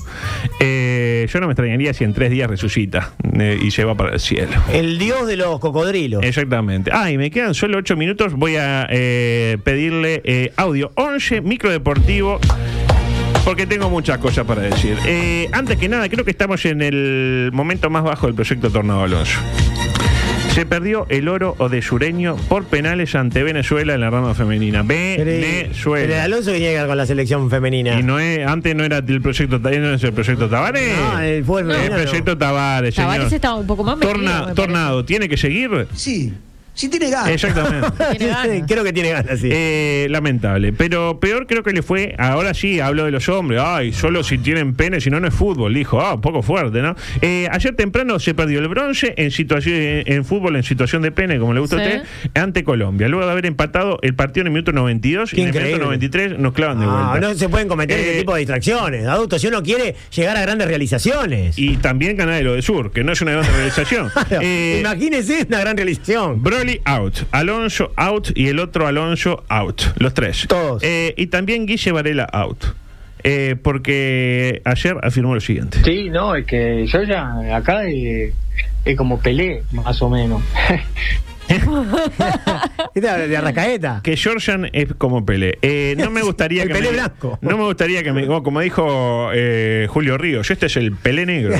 Speaker 9: Eh, yo no me extrañaría si en tres días resucita eh, y se va para el cielo.
Speaker 10: El dios de los cocodrilos.
Speaker 9: Exactamente. Ah, y me quedan solo 8 minutos. Voy a eh, pedirle eh, audio 11, micro deportivo. Porque tengo muchas cosas para decir. Eh, antes que nada, creo que estamos en el momento más bajo del proyecto Tornado Alonso. Se perdió el oro o de sureño por penales ante Venezuela en la rama femenina.
Speaker 10: Pero el
Speaker 9: Venezuela.
Speaker 10: Alonso que tiene que ver con la selección femenina.
Speaker 9: Y no es, antes no era el proyecto, Ta- no es el proyecto Tabaré.
Speaker 10: No, Ah, el fútbol
Speaker 9: el
Speaker 10: femenino no.
Speaker 9: proyecto Tabaré, señor.
Speaker 11: Tavares estaba un poco más metido,
Speaker 9: Torna-
Speaker 11: me parece.
Speaker 9: tornado, ¿tiene que seguir?
Speaker 6: Sí, sí tiene ganas.
Speaker 9: Exactamente.
Speaker 11: Tiene ganas.
Speaker 10: Creo que tiene ganas, sí.
Speaker 9: Eh, lamentable. Pero peor creo que le fue. Ahora sí, hablo de los hombres. Ay, solo si tienen pene, si no, no es fútbol. Dijo, ah, un poco fuerte, ¿no? Eh, ayer temprano se perdió el bronce en situación en, en fútbol en situación de pene, como le gusta a
Speaker 11: Sí.
Speaker 9: usted, ante Colombia. Luego de haber empatado el partido en el minuto 92 y
Speaker 10: Qué
Speaker 9: en el minuto
Speaker 10: increíble.
Speaker 9: 93 nos clavan de
Speaker 10: Ah,
Speaker 9: vuelta.
Speaker 10: no se pueden cometer
Speaker 9: Eh,
Speaker 10: ese tipo de distracciones. Adulto, si uno quiere llegar a grandes realizaciones.
Speaker 9: Y también ganar de lo de Sur, que no es una gran realización.
Speaker 10: Claro,
Speaker 9: Eh,
Speaker 10: Imagínese una gran realización.
Speaker 9: Broly out, Alonso out y el otro Alonso out. Los tres.
Speaker 10: Todos.
Speaker 9: Eh, y también Guille Varela out. Eh, porque ayer afirmó lo siguiente.
Speaker 13: Sí, no, es que yo ya acá eh, es como Pelé, más o menos.
Speaker 10: Esta de Arrascaeta.
Speaker 9: Que Georgian es como Pelé. Eh, no me gustaría
Speaker 10: El
Speaker 9: que
Speaker 10: Pelé
Speaker 9: me-
Speaker 10: blanco.
Speaker 9: No me gustaría que me. Como dijo eh, Julio Ríos, este es el Pelé negro.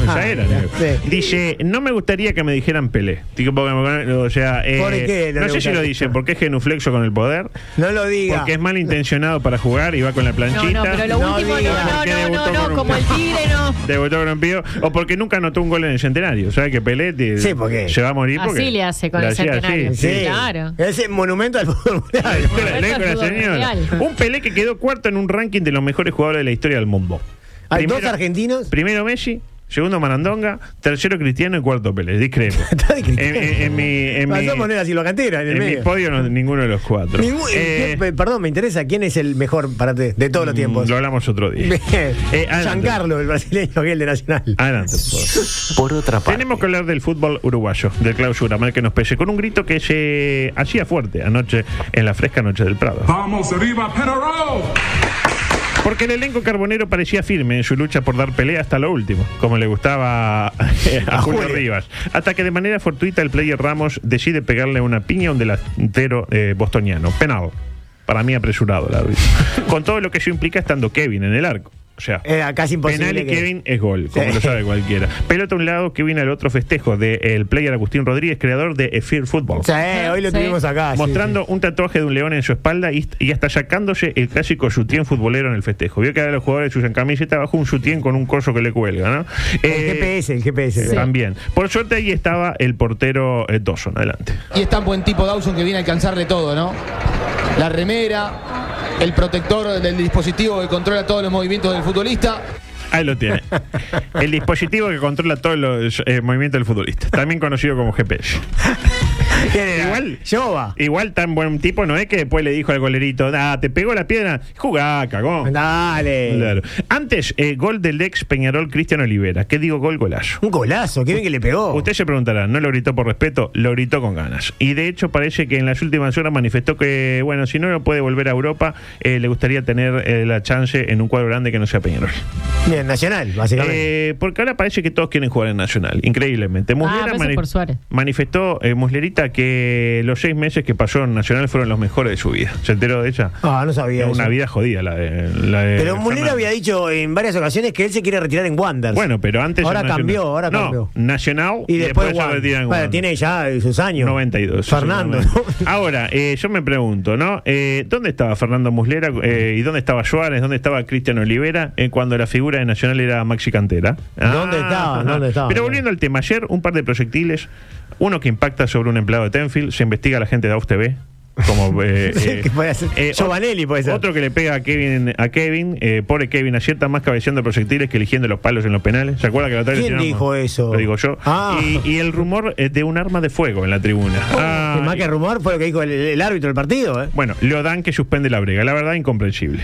Speaker 9: ya era negro.
Speaker 10: Sí.
Speaker 9: Dice, no me gustaría que me dijeran Pelé. Digo, porque me- O sea, eh,
Speaker 10: ¿Por qué no
Speaker 9: no
Speaker 10: le
Speaker 9: sé si
Speaker 10: gustaría?
Speaker 9: lo dice, porque es genuflexo con el poder.
Speaker 10: No lo diga.
Speaker 9: Porque es malintencionado para jugar y va con la
Speaker 11: No,
Speaker 9: planchita.
Speaker 11: no, pero lo
Speaker 10: No
Speaker 11: último,
Speaker 10: diga.
Speaker 11: no,
Speaker 9: Porque
Speaker 11: no, no,
Speaker 9: debutó
Speaker 11: no,
Speaker 9: con
Speaker 11: no,
Speaker 9: un-
Speaker 11: como el tigre, no.
Speaker 9: Debutó con un pío. O porque nunca anotó un gol en el centenario. ¿Sabes que Pelé te-
Speaker 10: Sí, porque-
Speaker 9: se va a morir? Porque
Speaker 11: Así le hace con
Speaker 9: le
Speaker 11: el
Speaker 9: hacía así,
Speaker 11: centenario.
Speaker 9: sí.
Speaker 11: Sí. Claro.
Speaker 10: Ese monumento al fútbol mundial.
Speaker 9: Con la-
Speaker 11: Eso
Speaker 9: con la
Speaker 11: es fútbol
Speaker 9: señora.
Speaker 11: mundial.
Speaker 9: Un Pelé que quedó cuarto en un ranking de los mejores jugadores de la historia del mundo.
Speaker 10: Hay dos
Speaker 9: Primero-
Speaker 10: argentinos.
Speaker 9: Primero Messi, segundo Manandonga, tercero Cristiano y cuarto Pelé. Discrepo.
Speaker 10: Está de
Speaker 9: en,
Speaker 10: Cristiano.
Speaker 9: en- en mi, en mi-
Speaker 10: Pasó Moneda y lo cantera en el
Speaker 9: en mi
Speaker 10: medio.
Speaker 9: podio no- ninguno de los cuatro.
Speaker 10: Ningún-
Speaker 9: Eh, mm,
Speaker 10: ¿quién- perdón, me interesa quién es el mejor para te- de todos los tiempos.
Speaker 9: Lo hablamos otro día.
Speaker 10: Bien.
Speaker 9: Eh, Ah, adelante.
Speaker 10: Giancarlo, el brasileño, que es el de Nacional.
Speaker 9: Adelante, por favor.
Speaker 1: Por otra parte.
Speaker 9: Tenemos que hablar del fútbol uruguayo, del clausura, mal que nos pese, con un grito que se hacía fuerte anoche en la fresca noche del Prado.
Speaker 4: Vamos arriba, Penarol.
Speaker 9: Porque el elenco carbonero parecía firme en su lucha por dar pelea hasta lo último, como le gustaba a, Julio
Speaker 10: Julio.
Speaker 9: Rivas. Hasta que de manera fortuita el player Ramos decide pegarle una piña a un delantero eh, bostoniano. Penado. Para mí apresurado el árbitro. con todo lo que eso implica estando Kevin en el arco. O sea,
Speaker 10: Era casi Eh, imposible.
Speaker 9: Penal y
Speaker 10: que-
Speaker 9: Kevin es gol, como
Speaker 10: Sí.
Speaker 9: lo sabe cualquiera. Pelota a un lado, Kevin al otro festejo del player Agustín Rodríguez, creador de Fear Football.
Speaker 10: Sí, eh, hoy lo
Speaker 11: Sí.
Speaker 10: tuvimos acá. sí,
Speaker 9: Mostrando un tatuaje de un león en su espalda y, y hasta sacándose el clásico sutién futbolero en el festejo. Vio que ahora los jugadores usan camiseta bajo un sutién con un corso que le cuelga, ¿no?
Speaker 10: sí. El
Speaker 9: Eh,
Speaker 10: GPS, el GPS.
Speaker 9: eh, También. Por suerte ahí estaba el portero eh, Dawson. Adelante.
Speaker 14: Y es tan buen tipo Dawson que viene a alcanzarle todo, ¿no? La remera, el protector del dispositivo que controla todos los movimientos del futbolista.
Speaker 9: Ahí lo tiene. El dispositivo que controla todos los eh, movimientos del futbolista. También conocido como GPS. igual, igual tan buen tipo no es que después le dijo al golerito, ah, te pegó la piedra, jugá, cagón.
Speaker 10: Dale.
Speaker 9: Claro. Antes, eh, gol del ex Peñarol Cristian Olivera. ¿Qué digo gol golazo?
Speaker 10: Un golazo, qué bien que le pegó.
Speaker 9: Usted se preguntará, no lo gritó por respeto, lo gritó con ganas. Y de hecho parece que en las últimas horas manifestó que, bueno, si no lo puede volver a Europa, eh, le gustaría tener eh, la chance en un cuadro grande que no sea Peñarol.
Speaker 10: Bien, Nacional, básicamente.
Speaker 9: Eh, porque ahora parece que todos quieren jugar en Nacional, increíblemente. Muslera
Speaker 11: pero eso
Speaker 9: mani-
Speaker 11: Ah, por Suárez.
Speaker 9: manifestó, eh, Muslerita, que los seis meses que pasó en Nacional fueron los mejores de su vida. ¿Se enteró de ella?
Speaker 10: Ah, no sabía.
Speaker 9: Una
Speaker 10: eso.
Speaker 9: vida eh, jodida la de... la de
Speaker 10: Pero Mulero
Speaker 9: Fernández.
Speaker 10: había dicho en varias ocasiones que él se quiere retirar en Wanderers.
Speaker 9: Bueno, pero antes...
Speaker 10: Ahora
Speaker 9: en Nacional-
Speaker 10: cambió, ahora
Speaker 9: No,
Speaker 10: cambió.
Speaker 9: Nacional
Speaker 10: y después,
Speaker 9: se
Speaker 10: Wander.
Speaker 9: retira en
Speaker 10: Bueno,
Speaker 9: Wander.
Speaker 10: tiene ya sus años.
Speaker 9: 92.
Speaker 10: Fernando,
Speaker 9: exactamente. Ahora, eh, yo me pregunto, ¿no? Eh, ¿Dónde estaba Fernando Muslera eh, y dónde estaba Suárez? ¿Dónde estaba Cristian Olivera eh, cuando la figura de Nacional era Maxi Cantera? Ah,
Speaker 10: ¿Dónde estaban? ¿Dónde estaban?
Speaker 9: Pero volviendo al tema, ayer un par de proyectiles, uno que impacta sobre un empleado de Tenfield, se investiga a la gente de AUF TV. Como, eh,
Speaker 10: Sí,
Speaker 9: eh,
Speaker 10: que puede ser.
Speaker 9: eh,
Speaker 10: Giovanelli puede ser.
Speaker 9: Otro que le pega a Kevin, a Kevin eh, pobre Kevin, acierta más cabeceando proyectiles que eligiendo los palos en los penales. ¿Se acuerda que la otra vez
Speaker 10: ¿Quién
Speaker 9: le tiramos?
Speaker 10: dijo eso?
Speaker 9: Lo digo yo.
Speaker 10: Ah.
Speaker 9: Y, y el rumor eh, de un arma de fuego en la tribuna. Ah,
Speaker 10: más Oh, que rumor fue lo que dijo el, el árbitro del partido. ¿eh?
Speaker 9: bueno, Leodán que suspende la brega. La verdad, incomprensible.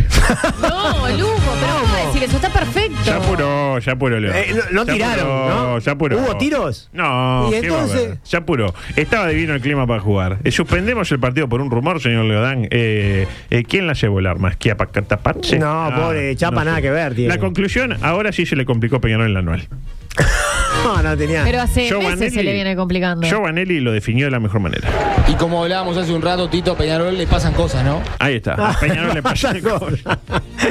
Speaker 11: No, Lugo, pero vamos a decir eso, está perfecto.
Speaker 9: Ya apuró, ya apuró, Leodán.
Speaker 10: Eh, lo- lo
Speaker 9: Ya
Speaker 10: tiraron,
Speaker 9: apuró,
Speaker 10: ¿no?
Speaker 9: Ya apuró.
Speaker 10: ¿Hubo tiros?
Speaker 9: No,
Speaker 10: ¿Y
Speaker 9: ¿qué va a
Speaker 10: entonces?
Speaker 9: haber? Ya apuró. Estaba divino el clima para jugar. Eh, suspendemos el partido por un rumor, señor Leodán. Eh, eh, ¿Quién la llevó el arma? ¿Esquiapacatapache?
Speaker 10: No, pobre, Chapa, nada que ver tiene.
Speaker 9: La conclusión, ahora sí se le complicó Peñarol en el anual.
Speaker 10: No, no tenía.
Speaker 11: Pero hace meses Eh, se
Speaker 9: Giovanelli-
Speaker 11: le viene complicando.
Speaker 9: Giovanelli lo definió de la mejor manera.
Speaker 14: Y como hablábamos hace un rato, Tito a Peñarol le pasan cosas, ¿no?
Speaker 9: Ahí está. A Peñarol le pasó
Speaker 10: Pasan cosas.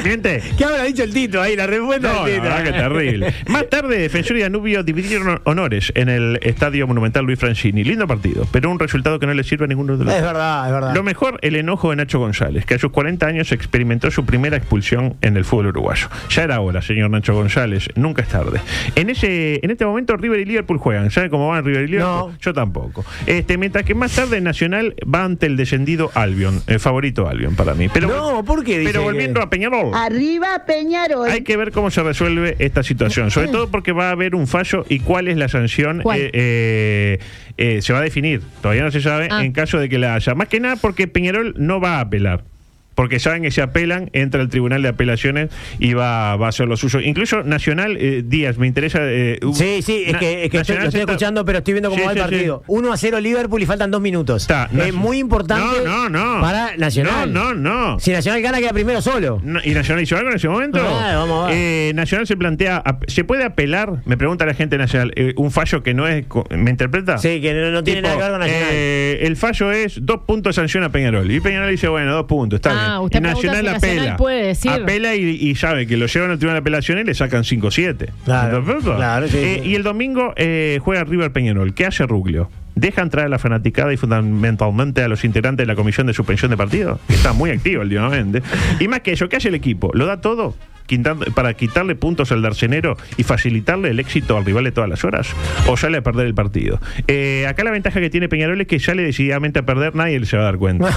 Speaker 9: ¿Gente?
Speaker 10: ¿Qué habrá dicho el Tito ahí? La respuesta
Speaker 9: No,
Speaker 10: del
Speaker 9: la
Speaker 10: Tito.
Speaker 9: verdad que terrible. Más tarde, Defensor y Danubio dividieron honores en el Estadio Monumental Luis Francini. Lindo partido, pero un resultado que no le sirve a ninguno de los
Speaker 10: Es
Speaker 9: dos.
Speaker 10: verdad, es verdad.
Speaker 9: Lo mejor, el enojo de Nacho González, que a sus 40 años experimentó su primera expulsión en el fútbol uruguayo. Ya era hora, señor Nacho González, nunca es tarde. En ese, en este momento River y Liverpool juegan. ¿Sabe cómo van River y Liverpool?
Speaker 10: No.
Speaker 9: Yo tampoco. Este, mientras que más tarde Nacional va ante el descendido Albion, el favorito Albion para mí. Pero,
Speaker 10: no, ¿por qué dice
Speaker 9: pero volviendo
Speaker 10: que-
Speaker 9: a Peñarol.
Speaker 3: Arriba Peñarol.
Speaker 9: Hay que ver cómo se resuelve esta situación, sobre todo porque va a haber un fallo y cuál es la sanción.
Speaker 11: ¿Cuál?
Speaker 9: eh, eh, eh, se va a definir, todavía no se sabe,
Speaker 11: Ah.
Speaker 9: en caso de que la haya. Más que nada porque Peñarol no va a apelar. Porque saben que si apelan, entra el Tribunal de Apelaciones y va, va a hacer lo suyo. Incluso Nacional, eh, Díaz, me interesa. eh, un-
Speaker 10: Sí, sí, es
Speaker 9: Na-
Speaker 10: que, es que estoy, lo
Speaker 9: Nacional se
Speaker 10: estoy
Speaker 9: está-
Speaker 10: escuchando, pero estoy viendo cómo
Speaker 9: Sí,
Speaker 10: va el
Speaker 9: sí, sí.
Speaker 10: partido. 1 a 0 Liverpool y faltan dos minutos.
Speaker 9: Está,
Speaker 10: es
Speaker 9: Nac-
Speaker 10: muy importante
Speaker 9: No, no, no.
Speaker 10: para Nacional.
Speaker 9: No, no, no.
Speaker 10: Si Nacional gana, queda primero solo.
Speaker 9: No, ¿Y Nacional hizo algo en ese momento?
Speaker 10: Ah, vamos a ver.
Speaker 9: Eh, Nacional se plantea, ap- ¿se puede apelar? Me pregunta la gente de Nacional, eh, un fallo que no es, co- ¿me interpreta?
Speaker 10: Sí, que no, no tiene
Speaker 9: Tipo,
Speaker 10: nada que ver con Nacional.
Speaker 9: eh, el fallo es dos puntos sanción a Peñarol. Y Peñarol dice, bueno, dos puntos, está
Speaker 11: Ah,
Speaker 9: bien.
Speaker 11: usted
Speaker 9: y
Speaker 11: pregunta
Speaker 9: Nacional
Speaker 11: si
Speaker 9: apela.
Speaker 11: Nacional puede decir.
Speaker 9: Apela y, y sabe que lo llevan al tribunal de apelaciones y le sacan 5-7.
Speaker 10: Claro,
Speaker 9: ¿Entendés?
Speaker 10: claro, sí,
Speaker 9: Eh,
Speaker 10: sí.
Speaker 9: Y el domingo eh, juega River Peñarol. ¿Qué hace Ruglio? ¿Deja entrar a la fanaticada y fundamentalmente a los integrantes de la comisión de suspensión de partido? Que está muy activo últimamente. Y más que eso, ¿qué hace el equipo? ¿Lo da todo? Quintan- para quitarle puntos al Darcenero y facilitarle el éxito al rival de todas las horas o sale a perder el partido. Eh, acá la ventaja que tiene Peñarol es que sale decididamente a perder, nadie se va a dar cuenta.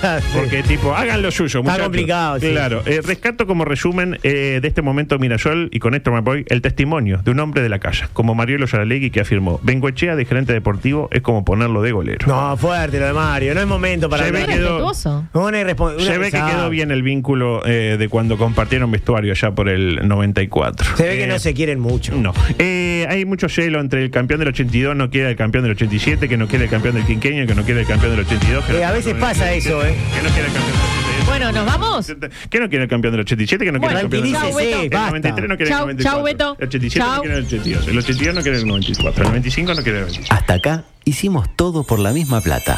Speaker 10: Claro, sí.
Speaker 9: Porque tipo, hagan lo suyo.
Speaker 10: Está
Speaker 9: muchachos.
Speaker 10: complicado, sí.
Speaker 9: Claro. Eh, rescato como resumen eh, de este momento Mirasol y con esto me voy el testimonio de un hombre de la casa, como Mariolo Saralegui, que afirmó, Bengoechea de gerente deportivo es como ponerlo de golero.
Speaker 10: No, fuerte lo de Mario. No es momento para
Speaker 9: Se ve
Speaker 10: hablar.
Speaker 9: que quedó-
Speaker 11: Respetuoso.
Speaker 10: Una irrespon- una
Speaker 9: Se ve que
Speaker 10: pesada.
Speaker 9: quedó bien el vínculo eh, de cuando compartieron vestuario allá por el 94.
Speaker 10: Se ve que
Speaker 9: Eh,
Speaker 10: no se quieren mucho.
Speaker 9: No. Eh, hay mucho celo entre el campeón del 82, no quiere el campeón del 87, que no quiere el campeón del quinqueño, que no quiere el campeón del 82. que no
Speaker 10: Eh, a
Speaker 9: quiere
Speaker 10: veces
Speaker 9: el
Speaker 10: pasa
Speaker 9: campeón del
Speaker 10: eso, eh.
Speaker 9: 87, Que no quiere el campeón del 87.
Speaker 11: Bueno, ¿nos vamos?
Speaker 9: ¿Qué no quiere el campeón del 87? ¿Qué no quiere
Speaker 10: Bueno,
Speaker 9: el campeón del
Speaker 10: tranquilícese,
Speaker 9: 87? El
Speaker 10: basta.
Speaker 9: 93 no quiere
Speaker 11: Chau,
Speaker 9: el
Speaker 11: chau,
Speaker 9: 94.
Speaker 11: Beto.
Speaker 9: El 87
Speaker 11: Chau.
Speaker 9: no quiere el 82. El 82 no quiere el 94. El 95 no quiere el 95.
Speaker 1: Hasta acá hicimos todo por la misma plata.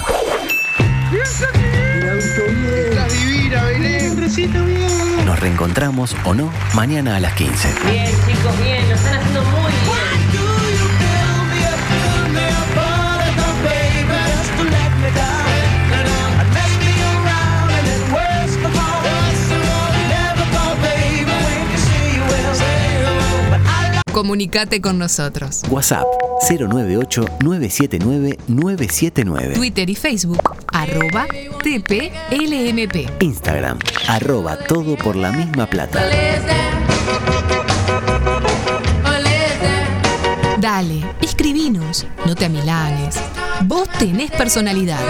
Speaker 1: Nos reencontramos o no mañana a las 15.
Speaker 15: Bien, chicos, bien, lo están haciendo muy bien.
Speaker 16: Comunicate con nosotros.
Speaker 1: WhatsApp 098-979-979.
Speaker 16: Twitter y Facebook, arroba TPLMP.
Speaker 1: Instagram arroba todo por la misma plata.
Speaker 3: Dale, escribinos, no te amilanes. Vos tenés personalidad.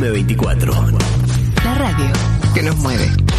Speaker 17: M24.
Speaker 3: La radio.
Speaker 14: Que nos mueve.